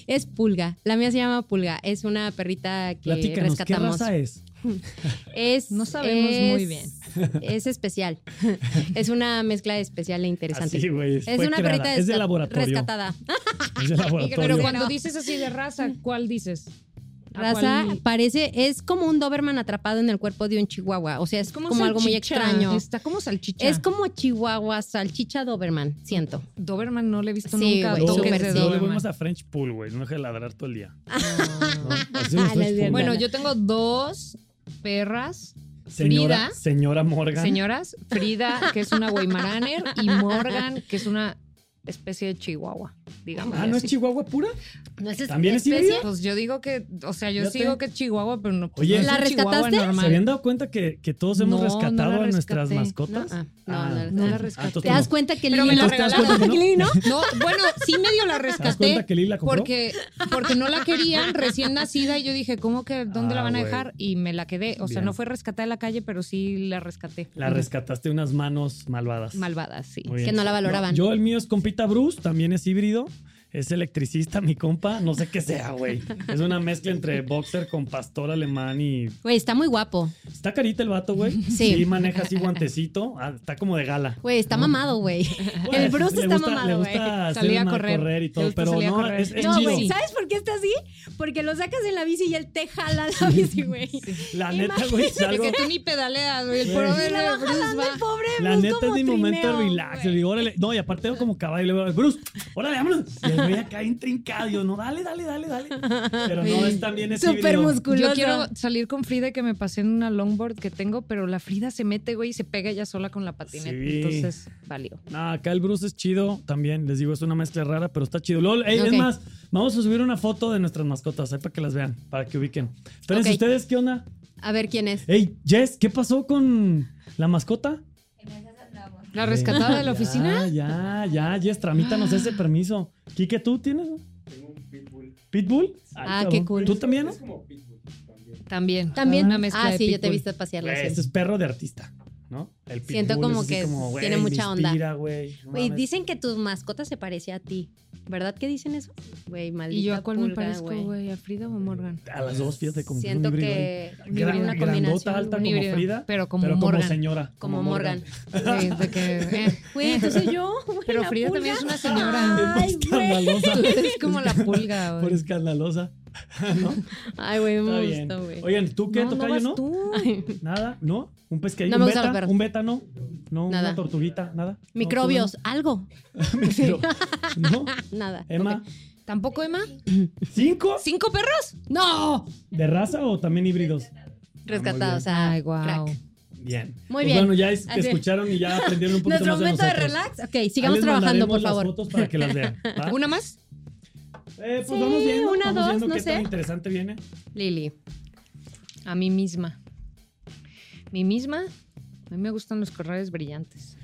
S3: es Pulga. La mía se llama Pulga. Es una perrita que
S2: Platícanos, ¿qué
S3: rescatamos.
S2: raza es?
S3: es?
S4: No sabemos muy
S3: es- [laughs] Es especial. es una mezcla especial e interesante.
S2: Así, güey.
S3: es
S2: fue
S3: una
S2: creada,
S3: perrita
S2: Es de
S3: desca-
S2: laboratorio.
S3: rescatada.
S2: Es
S3: [laughs]
S2: de
S4: Pero
S2: laboratorio.
S4: cuando
S3: No.
S4: dices así de raza, ¿cuál dices? ¿A
S3: Raza
S4: Ah, cuál-
S3: parece, es como un Doberman atrapado en el cuerpo de un chihuahua. O sea, es como, algo muy
S4: salchicha.
S3: extraño.
S4: Está como salchicha.
S3: Es como chihuahua, salchicha Doberman, siento.
S4: Doberman no le he
S3: Sí,
S4: visto nunca
S3: güey,
S2: Luego-
S4: toques
S3: súper
S4: de
S3: sí.
S2: luego le
S4: Doberman.
S2: fuimos a French Pool, güey. No deja de ladrar todo el día.
S4: No.
S2: ¿no? Así un
S3: Ah,
S2: French
S3: las
S2: Pool.
S4: [laughs] Bueno, yo tengo dos perras,
S2: señora,
S4: Frida.
S2: señora Morgan.
S4: señoras. Frida, que es una Weimaraner, y Morgan, que es una especie de chihuahua, digamos.
S2: Ah, ¿no es
S4: así.
S2: Chihuahua pura?
S3: ¿No es
S2: ¿También es
S3: especie?
S4: Pues yo digo que, o sea, yo
S2: Ya
S4: sigo
S2: te-
S4: que es chihuahua, pero no. pues,
S2: Oye,
S4: no es
S3: ¿La
S4: un chihuahua
S3: rescataste?
S2: ¿Se
S4: normal.
S2: habían dado cuenta que, que todos hemos
S4: No, no la
S2: rescatado a nuestras
S4: rescaté.
S2: mascotas?
S3: No, ah, no,
S2: Ah,
S3: no la
S4: No
S3: rescaté.
S4: la rescaté.
S2: entonces
S3: ¿Te
S2: tú
S3: das
S2: no.
S3: cuenta que
S4: Pero
S3: Lili
S4: me la
S3: no-
S4: regalaron.
S2: que no?
S3: Lili no?
S4: [laughs] No,
S2: [laughs]
S4: bueno, sí medio la
S2: ¿Te das cuenta
S4: rescaté.
S2: que Lili la compró?
S4: Porque, porque no la querían recién nacida y yo dije, ¿cómo que dónde
S2: Ah,
S4: la van a
S2: güey.
S4: dejar? Y me la quedé. O sea,
S2: Bien.
S4: no fue rescatada de la calle, pero sí la rescaté.
S2: La rescataste de unas manos malvadas.
S4: Malvada, sí.
S2: Muy bien.
S3: Que no la valoraban.
S2: yo el mío es compita Bruce, también es híbrido. Es electricista, mi compa. No sé qué sea,
S3: [laughs]
S2: güey. Es una mezcla entre boxer con pastor alemán y...
S3: Güey, está muy guapo.
S2: Está carita el vato, güey.
S3: Sí.
S2: maneja así guantecito. Ah, está como de gala.
S3: Güey, está mamado, güey.
S2: Pues,
S3: El Bruce
S2: le
S3: está
S2: gusta- Le
S3: mamado, eh, güey.
S2: gusta hacer
S4: Salía a
S2: una-
S4: correr.
S2: y todo,
S4: Le gusta
S2: pero
S4: salir a
S2: no,
S4: correr.
S2: es, es
S3: No,
S2: chido.
S3: güey, ¿sabes por qué está así? Porque lo sacas en la bici y él te jala la bici, güey.
S2: La neta, güey, es algo...
S4: Porque tú ni pedaleas, güey. El
S2: Güey.
S4: pobre
S3: Y la va
S4: Bruce
S3: jalando
S4: va.
S3: el pobre
S2: La
S3: Bruce
S2: neta es
S3: como
S2: mi momento de
S3: trineo,
S2: relax. Le
S3: güey.
S2: digo, órale. No, y aparte veo como caballo. Le digo, Bruce, órale, vámonos. Y el güey acá intrincado. Yo, no, dale, dale, dale, dale. Pero no, es también es
S3: Súper
S2: híbrido.
S3: musculoso.
S4: Yo quiero salir con Frida y que me pasé en una longboard que tengo, pero la Frida se mete, güey, y se pega ella sola con la patineta.
S2: Sí.
S4: Entonces, valió.
S2: No, acá el Bruce es chido también. Les digo, es una mezcla rara, pero está chido. Lol, ey,
S3: Ok.
S2: es más, vamos a subir una foto de nuestras mascotas, ahí para que las vean, para que ubiquen. Pero
S3: Ok.
S2: ustedes, ¿qué onda?
S3: A ver quién es.
S2: Ey, Jess, ¿qué pasó con la mascota?
S4: ¿La rescatada
S2: [laughs]
S4: de la
S2: Ya,
S4: oficina?
S2: Ya, ya, Jess, tramítanos ese
S3: [gasps]
S2: permiso. Quique, ¿tú tienes?
S5: Tengo un pitbull.
S2: ¿Pitbull?
S3: Ah,
S2: cabrón.
S3: qué cool.
S2: ¿Tú también?
S5: Es como pitbull también.
S4: También.
S3: También.
S4: Una mezcla
S3: ah,
S4: de
S3: sí, yo te he
S4: pitbull.
S3: visto pasearla.
S2: Güey,
S3: sí.
S2: Este es perro de artista, ¿no? El pitbull
S3: Siento como
S2: es así
S3: que
S2: güey,
S3: tiene mucha
S2: me
S3: onda.
S2: inspira, güey, no
S3: Güey,
S2: mames.
S3: dicen que tu mascota se parece a ti. ¿Verdad que dicen eso? Güey, maldita
S4: ¿Y yo a cuál me
S3: pulga,
S4: parezco, güey? ¿A Frida o a Morgan?
S2: A las dos, fíjate, como
S3: Siento
S2: un híbrido ahí.
S3: que
S2: Gran-
S3: una combinación.
S2: grandota, alta
S4: un
S2: como
S4: híbrido,
S2: Frida,
S4: Pero como
S2: pero
S4: Morgan.
S2: como señora.
S3: como Morgan.
S4: Sí, de que, eh,
S2: [laughs]
S4: [laughs]
S3: Güey, entonces yo. güey,
S4: Pero
S3: la
S4: Frida también
S3: pulga.
S4: es una señora.
S2: Es más
S3: Ay, güey.
S2: escandalosa.
S3: [laughs]
S4: Tú eres como la pulga,
S2: Por
S4: güey.
S2: escandalosa.
S3: Ay, güey,
S2: Está
S3: me
S2: bien.
S3: gusta, güey.
S2: Oigan, ¿tú qué,
S4: no, no
S2: tocayo,
S4: vas
S2: no?
S4: tú.
S3: Ay,
S2: Nada, ¿no? ¿Un pescadillo?
S3: No me
S2: ¿Un
S3: gustan
S2: beta?
S3: los perros.
S2: ¿Un beta, no? ¿No? ¿Una
S3: Nada.
S2: tortuguita? ¿Nada? ¿No,
S3: Microbios, algo.
S2: tú no? [laughs]
S3: [laughs]
S2: Micro- ¿No?
S3: Nada.
S2: Emma,
S4: ¿Tampoco, Emma?
S2: ¿cinco?
S4: ¿Cinco perros?
S3: ¡No!
S2: ¿De raza o también híbridos?
S3: Rescatados. o sea,
S4: Ay, guau.
S3: crack.
S2: Bien. Pues
S3: Muy bien.
S2: Bueno, ya es-
S3: Así.
S2: escucharon y ya aprendieron un poquito
S3: Nuestro
S2: más de
S3: momento de
S2: nosotros.
S3: relax. Ok,
S2: Ahí
S3: sigamos
S2: les
S3: trabajando,
S2: mandaremos
S3: por
S2: las
S3: favor.
S2: fotos para que las vean. ¿va?
S3: [laughs]
S4: ¿Una más?
S2: Eh, pues
S3: Sí,
S2: vamos viendo,
S3: una,
S2: vamos
S3: dos,
S2: viendo
S3: no
S2: qué tan
S3: sé.
S2: interesante
S3: [laughs]
S2: viene.
S3: Lili.
S4: A mí misma. ¿Mi misma? A mí me gustan los corrales brillantes.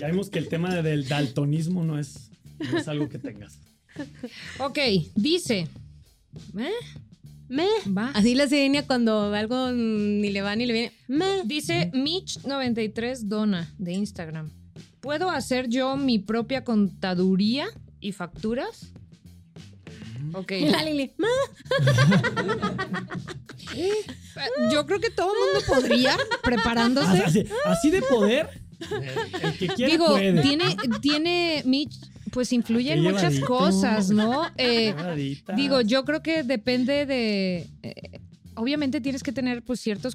S2: Ya vimos que el tema del daltonismo no es, no es algo que tengas.
S4: Ok, dice. ¿eh?
S3: Me.
S4: Va.
S3: Así la sirenia cuando algo mm, ni le va ni le viene. Me.
S4: Dice Mitch93Dona de Instagram. ¿Puedo hacer yo mi propia contaduría y facturas? [laughs] Ok.
S3: Y [laughs] la Lili. Me.
S4: Yo creo que todo el mundo podría preparándose.
S2: Ah, Así, así de poder, el- el que quiere
S4: Digo,
S2: puede.
S4: tiene, tiene Mitch, pues influye en
S2: Qué
S4: muchas
S2: llevadito. [laughs]
S4: cosas, ¿no? Eh,
S2: Adicta.
S4: digo, yo creo que depende de. eh, obviamente tienes que tener pues ciertos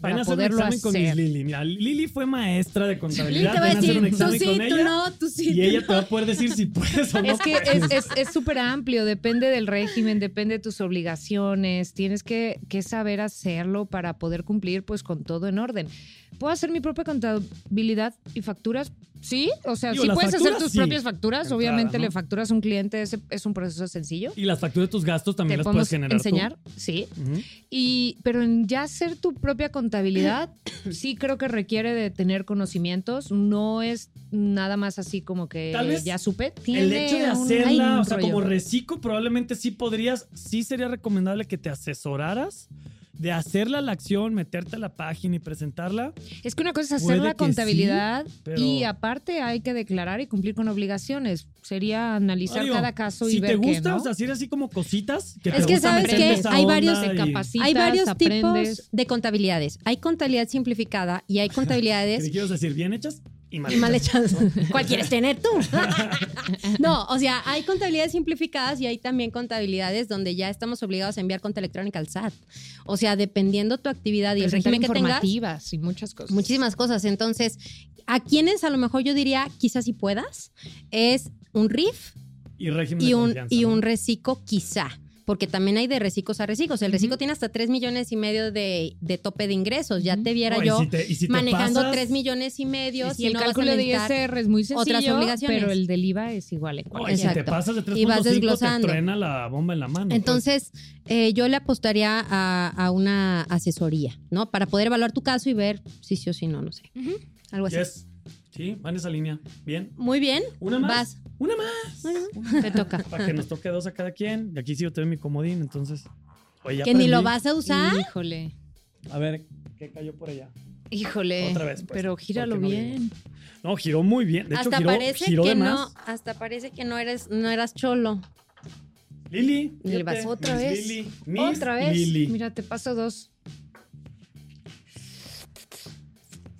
S2: Ven a
S4: para
S2: hacer un
S4: poderlo
S2: examen con Miss
S4: hacer.
S2: Lili. Mira, Lili fue maestra de
S3: Lili
S2: contabilidad.
S3: te va a
S2: Ven a hacer un
S3: decir, tú
S2: examen
S3: sí,
S2: con
S3: tú
S2: ella.
S3: no, tú sí.
S2: Y
S3: tú
S2: ella te va a poder decir si puedes o no.
S4: Es que es es- es súper amplio, depende del régimen, depende de tus obligaciones, tienes que, que saber hacerlo para poder cumplir pues con todo en orden. ¿Puedo hacer mi propia contabilidad y facturas? Sí, o sea,
S2: Digo,
S4: sí
S2: las
S4: puedes hacer
S2: facturas,
S4: tus
S2: sí.
S4: propias facturas.
S2: Entrada,
S4: Obviamente
S2: ¿no?
S4: le facturas a un cliente, ese es un proceso sencillo.
S2: Y las facturas de tus gastos también
S4: Te
S2: las puedes
S4: podemos
S2: generar. tú.
S4: enseñar, sí.
S2: Ujú.
S4: Y, pero en ya hacer tu propia contabilidad, [clears throat] sí creo que requiere de tener conocimientos. No es nada más así como que
S2: Tal vez
S4: ya supe. Tiene
S2: El hecho de
S4: un-
S2: hacerla,
S4: hay un
S2: o sea,
S4: rollo.
S2: como reciclo, probablemente sí podrías, sí sería recomendable que te asesoraras de hacerla la acción, meterte a la página y presentarla.
S4: Es que una cosa es
S2: Puede
S4: hacer la
S2: que
S4: contabilidad
S2: sí, pero-
S4: y aparte hay que declarar y cumplir con obligaciones. Sería analizar
S2: Ah, digo,
S4: cada caso y
S2: si
S4: ver
S2: te gusta,
S4: qué, ¿no?
S2: o sea, hacer así como cositas que
S4: Es
S2: te
S4: que,
S2: gustan,
S4: ¿sabes
S2: meterle
S4: qué?
S2: esa
S3: Hay
S2: onda
S3: varios
S2: y-
S4: te capacitas,
S3: Hay varios
S4: aprendes.
S3: tipos de contabilidades. Hay contabilidad simplificada [laughs] y hay
S2: ¿Qué
S3: contabilidades
S2: quieres decir? ¿Bien hechas? Y mal,
S3: mal
S2: hechas.
S3: hechas. [laughs] ¿Cuál quieres tener tú? no, o sea, hay contabilidades simplificadas y hay también contabilidades donde ya estamos obligados a enviar cuenta electrónica al SAT. O sea, dependiendo tu actividad y el
S4: Presentar
S3: régimen que tengas,
S4: informativas y muchas cosas.
S3: muchísimas cosas. Entonces, a quienes a lo mejor yo diría, quizás si puedas, es un RIF
S2: Y régimen
S3: y
S2: de
S3: un,
S2: confianza,
S3: y
S2: ¿no?
S3: un reciclo quizá. Porque también hay de reciclos a reciclos. El reciclo tiene hasta 3 millones y medio de, de tope de ingresos. Ya
S4: Ujú.
S3: te viera
S2: No, y
S3: yo
S2: si te- y si te
S3: manejando
S2: pasas,
S3: 3 millones y medio.
S4: Y
S3: si
S4: el
S3: no vas a
S4: cálculo de
S3: aumentar-
S4: ISR es muy sencillo,
S3: otras obligaciones.
S4: pero el del IVA es igual. en
S2: no,
S4: cualquier-
S2: y si te
S3: Exacto.
S2: pasas de
S3: Y vas
S2: 3.5 te
S3: desglosando.
S2: truena la bomba en la mano. pues.
S3: Entonces, eh, yo le apostaría a, a una asesoría, ¿no? Para poder evaluar tu caso y ver si sí o si no, no sé. Algo así.
S2: Yes. Sí, va en esa línea. Bien.
S3: Muy bien.
S2: Una más.
S3: Vas.
S2: Una más. Pues,
S4: Te toca.
S2: Para que nos toque dos a cada quien. Y aquí sí yo tengo mi comodín, entonces. Oye, ya
S3: Que ni lo
S2: aprendí.
S3: vas a usar.
S4: Híjole.
S2: A ver, ¿qué cayó por allá?
S4: Híjole.
S2: Otra vez, pues,
S4: pero gíralo
S2: porque no
S4: bien.
S2: No, giró muy bien. De hecho,
S3: hasta
S2: giró,
S3: parece
S2: giró
S3: que
S2: de
S3: no,
S2: más.
S3: hasta parece que no eres, no eras cholo.
S2: Lili.
S3: Le
S2: fíjate,
S3: vas
S4: otra
S2: Miss
S4: vez.
S2: Lili, Miss
S4: Otra vez.
S2: Lili.
S4: Mira, te paso dos.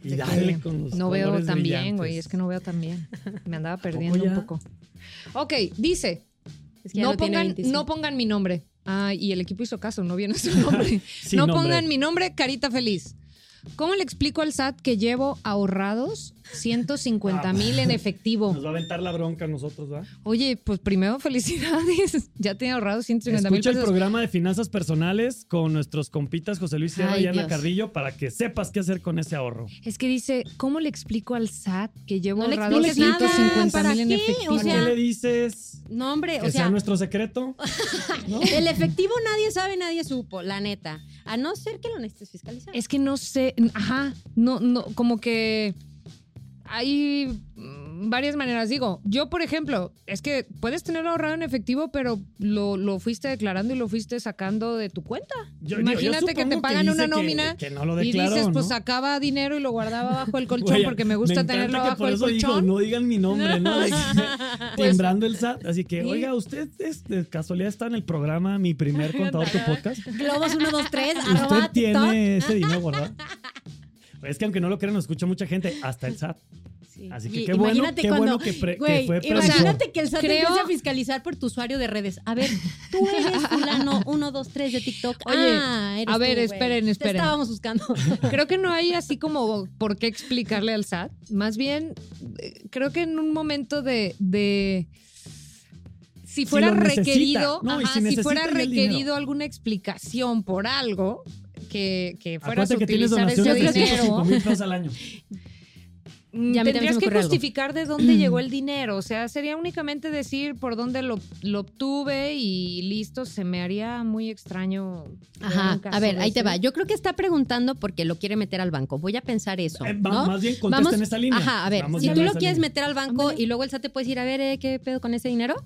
S2: Y dale con los
S4: No veo
S2: colores
S4: tan bien,
S2: brillantes.
S4: güey. Es que no veo tan bien. Me andaba perdiendo
S2: ya?
S4: un poco. Ok, dice.
S3: Es que ya
S4: No
S3: lo tiene
S4: pongan,
S3: 25.
S4: no pongan mi nombre. Ah, y el equipo hizo caso, no
S2: [laughs]
S4: viene su nombre.
S2: Sin
S4: no
S2: nombre.
S4: pongan mi nombre, carita feliz. ¿Cómo le explico al SAT que llevo ahorrados 150 mil en
S2: Ah, pues. Nos
S4: efectivo?
S2: va a aventar la bronca a nosotros, ¿verdad?
S4: Oye, pues primero felicidades. [laughs] Ya tiene ahorrados 150 mil
S2: Escucha el
S4: pesos.
S2: programa de finanzas personales con nuestros compitas José Luis Sierra
S3: Ay,
S2: y Ana
S3: Dios.
S2: Carrillo para que sepas qué hacer con ese ahorro.
S4: Es que dice, ¿cómo le explico al SAT que llevo
S3: No le
S4: ahorrados
S3: expliques nada,
S4: 150
S3: ¿para
S4: mil en
S3: qué?
S4: efectivo?
S3: O
S2: ¿Para
S3: sea,
S2: ¿Qué le dices?
S3: No,
S2: Que
S3: hombre,
S4: [laughs]
S2: sea
S3: o sea,
S2: nuestro secreto. ¿no?
S3: el efectivo nadie sabe, nadie supo, la neta. A no ser que lo necesites fiscalizar.
S4: Es que no sé, ajá, no, no, como que hay mm, varias maneras. Digo, yo, por ejemplo, es que puedes tenerlo ahorrado en efectivo, pero lo, lo fuiste declarando y lo fuiste sacando de tu cuenta.
S2: Yo-
S4: Imagínate que te
S2: supongo
S4: pagan una
S2: dice que-
S4: nómina
S2: que, no lo
S4: y
S2: declaró,
S4: dices, pues
S2: ¿no?
S4: sacaba dinero y lo guardaba
S2: [laughs]
S4: bajo el colchón
S2: Güey,
S4: porque me gusta
S2: encanta
S4: tenerlo
S2: que
S4: bajo
S2: por
S4: el
S2: eso digo,
S4: colchón. Pues
S2: no digan mi nombre,
S4: [laughs]
S2: ¿no? Así, Timbrando el SAT. Así que,
S4: Sí.
S2: oiga, usted es, de casualidad está en el programa Mi
S4: [laughs]
S2: Primer Contador tu Podcast.
S3: Globos [laughs] 123,
S2: Usted
S3: arroba TikTok.
S2: tiene ese dinero
S4: [laughs]
S2: guardado. Es que aunque no lo crean, nos escucha mucha gente, hasta el SAT.
S3: Sí.
S2: Así
S3: Y
S2: que qué bueno,
S3: imagínate
S2: qué
S3: cuando-
S2: bueno que, pre- que
S3: Güey,
S2: fue
S3: imagínate que el SAT
S4: Creo-
S3: empiece a fiscalizar por tu usuario de redes. A ver, [laughs] tú eres fulano 123 de TikTok.
S4: Oye,
S3: Ah, eres
S4: a ver,
S3: tú, güey.
S4: esperen,
S3: Te
S4: esperen.
S3: estábamos buscando.
S4: Creo que no hay así como por qué explicarle al SAT. Más bien, eh, creo que en un momento de. de- si fuera
S2: lo necesita,
S4: requerido,
S2: no, y
S4: ajá,
S2: si
S4: si,
S2: necesita
S4: fuera
S2: el del dinero.
S4: requerido alguna explicación por algo que, que fueras
S2: Acuérdate
S4: a
S2: que tienes
S4: utilizar ese
S2: donaciones de 105
S4: dinero,
S2: mil pesos al año.
S4: [laughs] mm,
S3: Ya a mí también se
S4: tendrías
S3: me
S4: que
S3: ocurre algo.
S4: justificar de
S2: Mm.
S4: dónde llegó el dinero. O sea, sería únicamente decir por dónde lo, lo obtuve y listo. Se me haría muy extraño. ver
S3: Ajá,
S4: un caso
S3: a ver,
S4: de
S3: ahí te
S4: ese.
S3: va. Yo creo que está preguntando porque lo quiere meter al banco. Voy a pensar eso,
S2: Eh, va-
S3: ¿no?
S2: Más bien contesta en esa línea.
S3: Ajá, a ver,
S2: Vamos
S3: si
S2: viendo
S3: tú lo
S2: esa
S3: quieres
S2: línea.
S3: meter al banco y luego el SAT te puede decir, a ver, eh, ¿qué pedo con ese dinero?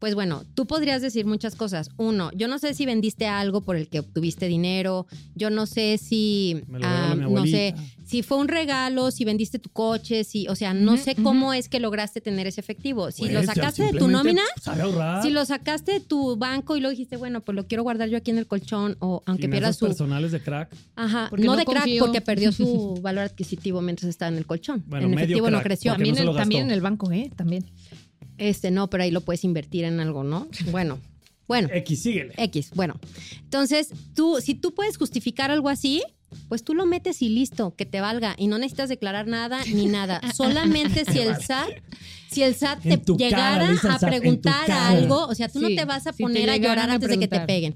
S3: Pues bueno, tú podrías decir muchas cosas. Uno, yo no sé si vendiste algo por el que obtuviste dinero. Yo no sé si,
S2: Me lo
S3: ah,
S2: regaló mi
S3: no sé,
S2: abuelita.
S3: si fue un regalo, si vendiste tu coche, si, o sea, no
S4: Ujú,
S3: sé
S4: ujú.
S3: cómo es que lograste tener ese efectivo. Si lo
S2: Pues, ya
S3: sacaste de tu
S2: simplemente
S3: nómina,
S2: Sabe ahorrar.
S3: si lo sacaste de tu banco y luego dijiste, bueno, pues lo quiero guardar yo aquí en el colchón o aunque pierda
S2: Finanzas
S3: su
S2: personales de crack.
S3: Ajá,
S4: Porque
S3: no,
S4: no
S3: de crack
S4: confío.
S3: porque perdió
S4: [laughs]
S3: su valor adquisitivo mientras estaba en el colchón.
S2: Bueno,
S3: en
S2: medio
S3: efectivo no
S2: crack,
S3: creció.
S2: porque-
S4: También,
S2: no se lo
S4: el- también
S2: gastó.
S4: en el banco, ¿eh? También.
S3: Este no, pero ahí lo puedes invertir en
S2: [laughs]
S3: algo, ¿no? Bueno, bueno,
S2: X, síguele.
S3: X, bueno. Entonces, tú, si tú puedes justificar algo así, pues tú lo metes y listo, que te valga. Y no necesitas declarar nada ni
S4: [laughs]
S3: nada. Solamente
S2: [laughs]
S3: si el SAT, si el SAT
S2: En
S3: te
S2: tu cara,
S3: llegara
S2: le dices al
S3: a
S2: SAT, en tu
S3: preguntar
S2: cara.
S3: algo, o sea, tú no
S4: Sí,
S3: te vas a
S4: si te
S3: poner a
S4: llegaran
S3: llorar
S4: a
S3: antes de que te
S4: preguntar.
S3: peguen.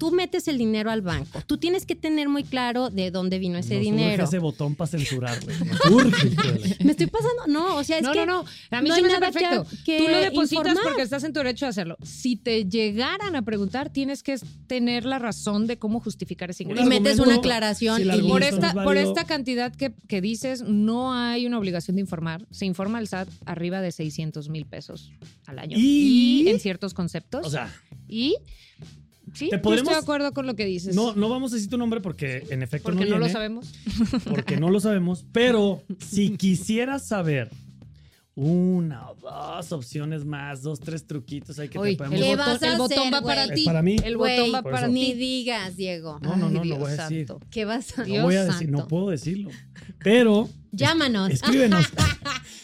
S3: tú metes el dinero al banco. Tú tienes que tener muy claro de dónde vino ese
S2: Nos urge
S3: dinero.
S2: ese botón para censurar,
S3: [laughs]
S2: güey. Nos urge, híjole.
S3: Me estoy pasando. No, o sea, es
S4: no,
S3: que.
S4: no, no. A mí
S3: no
S4: se
S3: hay
S4: me hace
S3: nada que-
S4: perfecto.
S3: que
S4: Tú lo depositas
S3: informar.
S4: porque estás en tu derecho de hacerlo. Si te llegaran a preguntar, tienes que tener la razón de cómo justificar ese
S2: Un
S3: Y
S4: ingreso.
S3: metes
S2: argumento,
S3: una
S2: si
S3: aclaración
S2: el
S3: y
S2: argumento
S4: Por
S2: Listo,
S4: esta,
S2: no es
S4: por
S2: válido.
S4: esta cantidad que, que dices, no hay una obligación de informar. Se informa el SAT arriba de 600 mil pesos al año.
S2: Y-
S4: Y, en ciertos conceptos.
S2: O sea,
S4: y sí,
S2: ¿Te
S4: yo
S2: podremos-
S4: estoy de acuerdo con lo que dices.
S2: no, ¿eh? no vamos a decir tu nombre porque en efecto
S4: porque no,
S2: no,
S4: lo
S2: viene,
S4: sabemos.
S2: Porque no lo sabemos. Pero si quisieras saber una o dos opciones más, dos, tres truquitos ahí que
S4: Oy,
S2: te podemos...
S3: ¿Qué
S4: el
S3: vas
S4: botón,
S3: a
S4: el botón
S3: hacer,
S4: va para
S3: güey?
S2: Es
S4: ti.
S2: para mí.
S4: El
S3: Güey,
S4: botón va
S2: por
S4: para
S2: eso.
S4: ti.
S3: Ni digas, Diego.
S2: No, no,
S4: Ay,
S2: no, no
S4: Dios
S2: voy a decir.
S4: santo.
S3: ¿Qué vas a.?
S2: no voy a
S4: Dios
S2: decir, no
S4: santo.
S2: puedo decirlo. Pero
S3: Llámanos. Ah,
S2: escríbenos.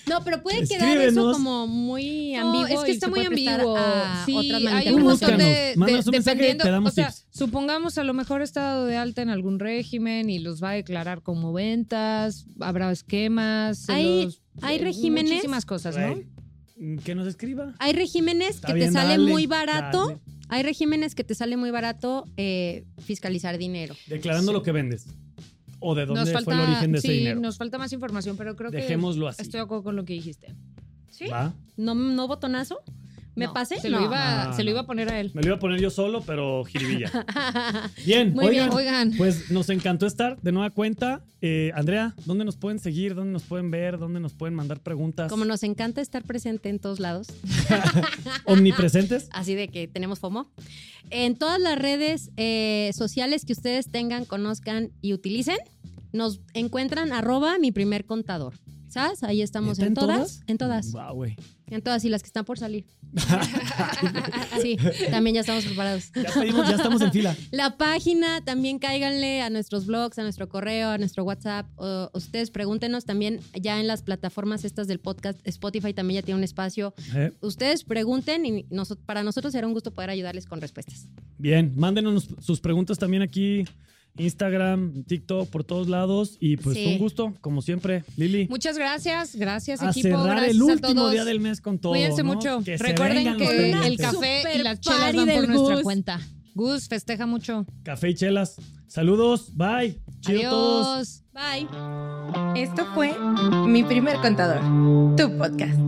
S3: No, pero puede quedar eso
S2: Escríbenos.
S3: como muy
S4: No,
S3: ambiguo.
S4: es que
S3: y
S4: está
S3: se
S4: muy
S3: puede prestar
S4: ambiguo.
S3: a
S4: Sí,
S3: otras
S4: hay un montón de,
S3: manipulaciones.
S4: de-
S2: Mándanos un mensaje,
S4: dependiendo.
S2: te damos
S4: o sea,
S2: tips.
S4: supongamos a lo mejor ha estado de alta en algún régimen y los va a declarar como ventas, habrá esquemas, se
S3: Hay-
S4: los-
S3: hay
S4: eh,
S3: regímenes-
S4: muchísimas cosas, ¿no?
S2: Güey, mm, Que nos escriba.
S3: Hay regímenes
S2: Está
S3: Ah, que
S2: bien,
S3: te sale
S2: dale,
S3: muy barato.
S2: dale.
S3: Hay regímenes que te sale muy barato eh, fiscalizar dinero.
S2: Declarando
S4: Sí.
S2: lo que vendes. O de dónde
S4: Nos
S2: fue el
S4: falta,
S2: origen de
S4: sí,
S2: ese dinero.
S4: nos falta más información, pero creo
S2: Dejémoslo así.
S4: que estoy de acuerdo con lo que dijiste.
S3: ¿Sí?
S2: ¿Va?
S3: ¿No, no botonazo? ¿Me
S4: No,
S3: pasé?
S4: Se lo,
S3: No.
S4: iba,
S2: No,
S4: se
S2: no.
S4: lo iba a poner a él.
S2: Me lo iba a poner yo solo, pero
S3: [laughs]
S2: jiribilla. Bien,
S3: Muy
S2: oigan,
S3: bien,
S4: Oigan,
S2: Pues nos encantó estar de nueva cuenta. Eh, Andrea, ¿dónde nos pueden seguir? ¿Dónde nos pueden ver? ¿Dónde nos pueden mandar preguntas?
S3: Como nos encanta estar presente en todos lados,
S2: Omnipresentes.
S3: así de que tenemos FOMO. En todas las redes eh, sociales que ustedes tengan, conozcan y utilicen, nos encuentran arroba mi primer contador. ¿Sabes? Ahí [laughs] estamos
S2: ¿Está
S3: en todas, en todas,
S2: Guau, güey. [laughs]
S3: en todas y las que están por [laughs] salir. Sí, también ya estamos preparados.
S2: Ya, pedimos- ya estamos en
S3: [laughs]
S2: fila.
S3: La página, también cáiganle a nuestros blogs, a nuestro correo, a nuestro WhatsApp. o- ustedes pregúntenos también ya en las plataformas estas del podcast. Spotify también ya tiene un espacio.
S2: Eh,
S3: Ustedes pregunten y noso- para nosotros será un gusto poder ayudarles con respuestas.
S2: bien, mándenos sus preguntas también aquí. Instagram, TikTok, por todos lados. Y pues
S3: Sí.
S2: un gusto, como siempre. Lili,
S4: muchas gracias, gracias
S2: a
S4: equipo,
S2: cerrar
S4: gracias
S2: el
S4: a
S2: último
S4: todos.
S2: día del mes con todo.
S4: Cuídense
S2: ¿no?
S4: mucho.
S2: Que se vengan
S4: Recuerden
S2: los
S4: que el
S2: pendientes.
S4: café y
S3: Super
S4: las chelas
S3: party
S4: van por
S3: del
S4: nuestra
S3: Gus.
S4: cuenta. Gus, festeja mucho.
S2: Café y chelas. Saludos, bye. Chido a
S4: Adiós.
S2: todos.
S3: Bye.
S1: Esto fue Mi primer contador, tu podcast.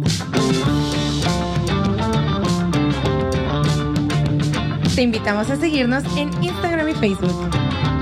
S1: Te invitamos a seguirnos en Instagram y Facebook.